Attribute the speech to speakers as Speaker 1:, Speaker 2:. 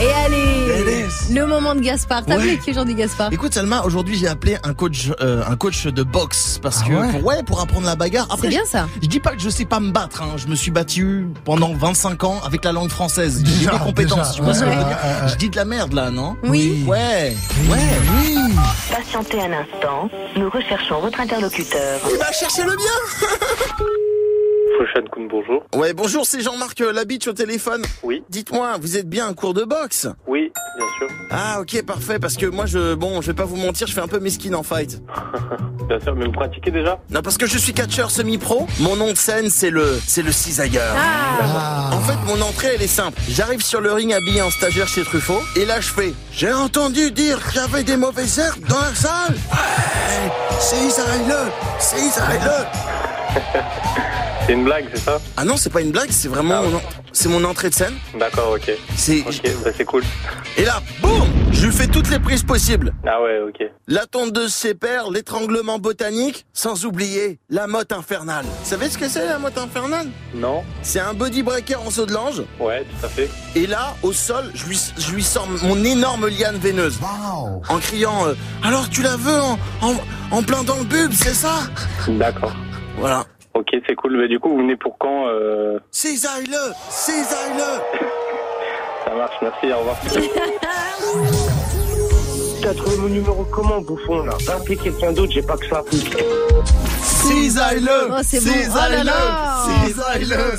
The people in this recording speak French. Speaker 1: Et allez
Speaker 2: Yes.
Speaker 1: Le moment de Gaspard. T'as
Speaker 2: Ouais.
Speaker 1: appelé qui aujourd'hui, Gaspard
Speaker 2: Écoute Salma, aujourd'hui j'ai appelé un coach, euh, un coach de boxe parce
Speaker 3: Ah
Speaker 2: que
Speaker 3: ouais.
Speaker 2: pour, ouais, pour apprendre la bagarre.
Speaker 1: C'est
Speaker 2: Après,
Speaker 1: bien ça.
Speaker 2: je, je dis pas que je sais pas me battre. hein. Je me suis battu pendant 25 ans avec la langue française. J'ai
Speaker 3: Déjà,
Speaker 2: des compétences.
Speaker 3: déjà.
Speaker 2: tu vois ce que je veux
Speaker 3: Ouais.
Speaker 2: dire
Speaker 3: Ouais, ouais.
Speaker 2: Je dis de la merde là, non
Speaker 1: Oui.
Speaker 2: Ouais. Ouais.
Speaker 3: Oui.
Speaker 4: Patientez un instant, nous recherchons votre interlocuteur.
Speaker 2: Il va chercher le Eh ben, bien.
Speaker 5: Fouchane Koun, bonjour.
Speaker 2: Ouais. Bonjour, c'est Jean-Marc euh, Labiche au téléphone.
Speaker 5: Oui.
Speaker 2: Dites-moi, vous êtes bien un cours de boxe
Speaker 5: Oui, bien sûr.
Speaker 2: Ah ok parfait parce que moi je bon je vais pas vous mentir je fais un peu mesquine en fight.
Speaker 5: Bien sûr, mais vous pratiquez déjà
Speaker 2: Non parce que je suis catcheur semi-pro. Mon nom de scène c'est le c'est le cisailleur.
Speaker 1: Ah
Speaker 3: Ah.
Speaker 2: En fait, mon entrée, elle est simple. J'arrive sur le ring habillé en stagiaire chez Truffaut, et là, je fais J'ai entendu dire qu'il y avait des mauvaises herbes dans la salle Hey, C'est Israël C'est Israël
Speaker 5: C'est une blague, c'est ça
Speaker 2: Ah non, c'est pas une blague, c'est vraiment
Speaker 5: Ah ouais.
Speaker 2: mon, en- c'est mon entrée de scène.
Speaker 5: D'accord, ok.
Speaker 2: C'est,
Speaker 5: Ok, bah c'est cool.
Speaker 2: Et là, boum Je lui fais toutes les prises possibles.
Speaker 5: Ah ouais, ok.
Speaker 2: La tondeuse sépère, l'étranglement botanique, sans oublier la motte infernale. Vous savez ce que c'est, la motte infernale
Speaker 5: Non
Speaker 2: C'est un body breaker en saut de l'ange,
Speaker 5: Ouais, tout à fait.
Speaker 2: et là, au sol, je lui, je lui sors mon énorme liane veineuse.
Speaker 3: Wow.
Speaker 2: en criant euh, Alors tu la veux en, en, en plein dans le bub, c'est ça
Speaker 5: D'accord.
Speaker 2: Voilà.
Speaker 5: Ok, c'est cool. Mais du coup, vous venez pour quand euh,
Speaker 2: Cisaille-le Cisaille-le
Speaker 5: Ça marche, merci, au revoir.
Speaker 6: T'as trouvé mon numéro comment, bouffon, là Va appeler quelqu'un d'autre, j'ai pas que ça.
Speaker 2: Cisaille-le
Speaker 1: Oh, c'est bon. Oh là là
Speaker 2: Cisaille-le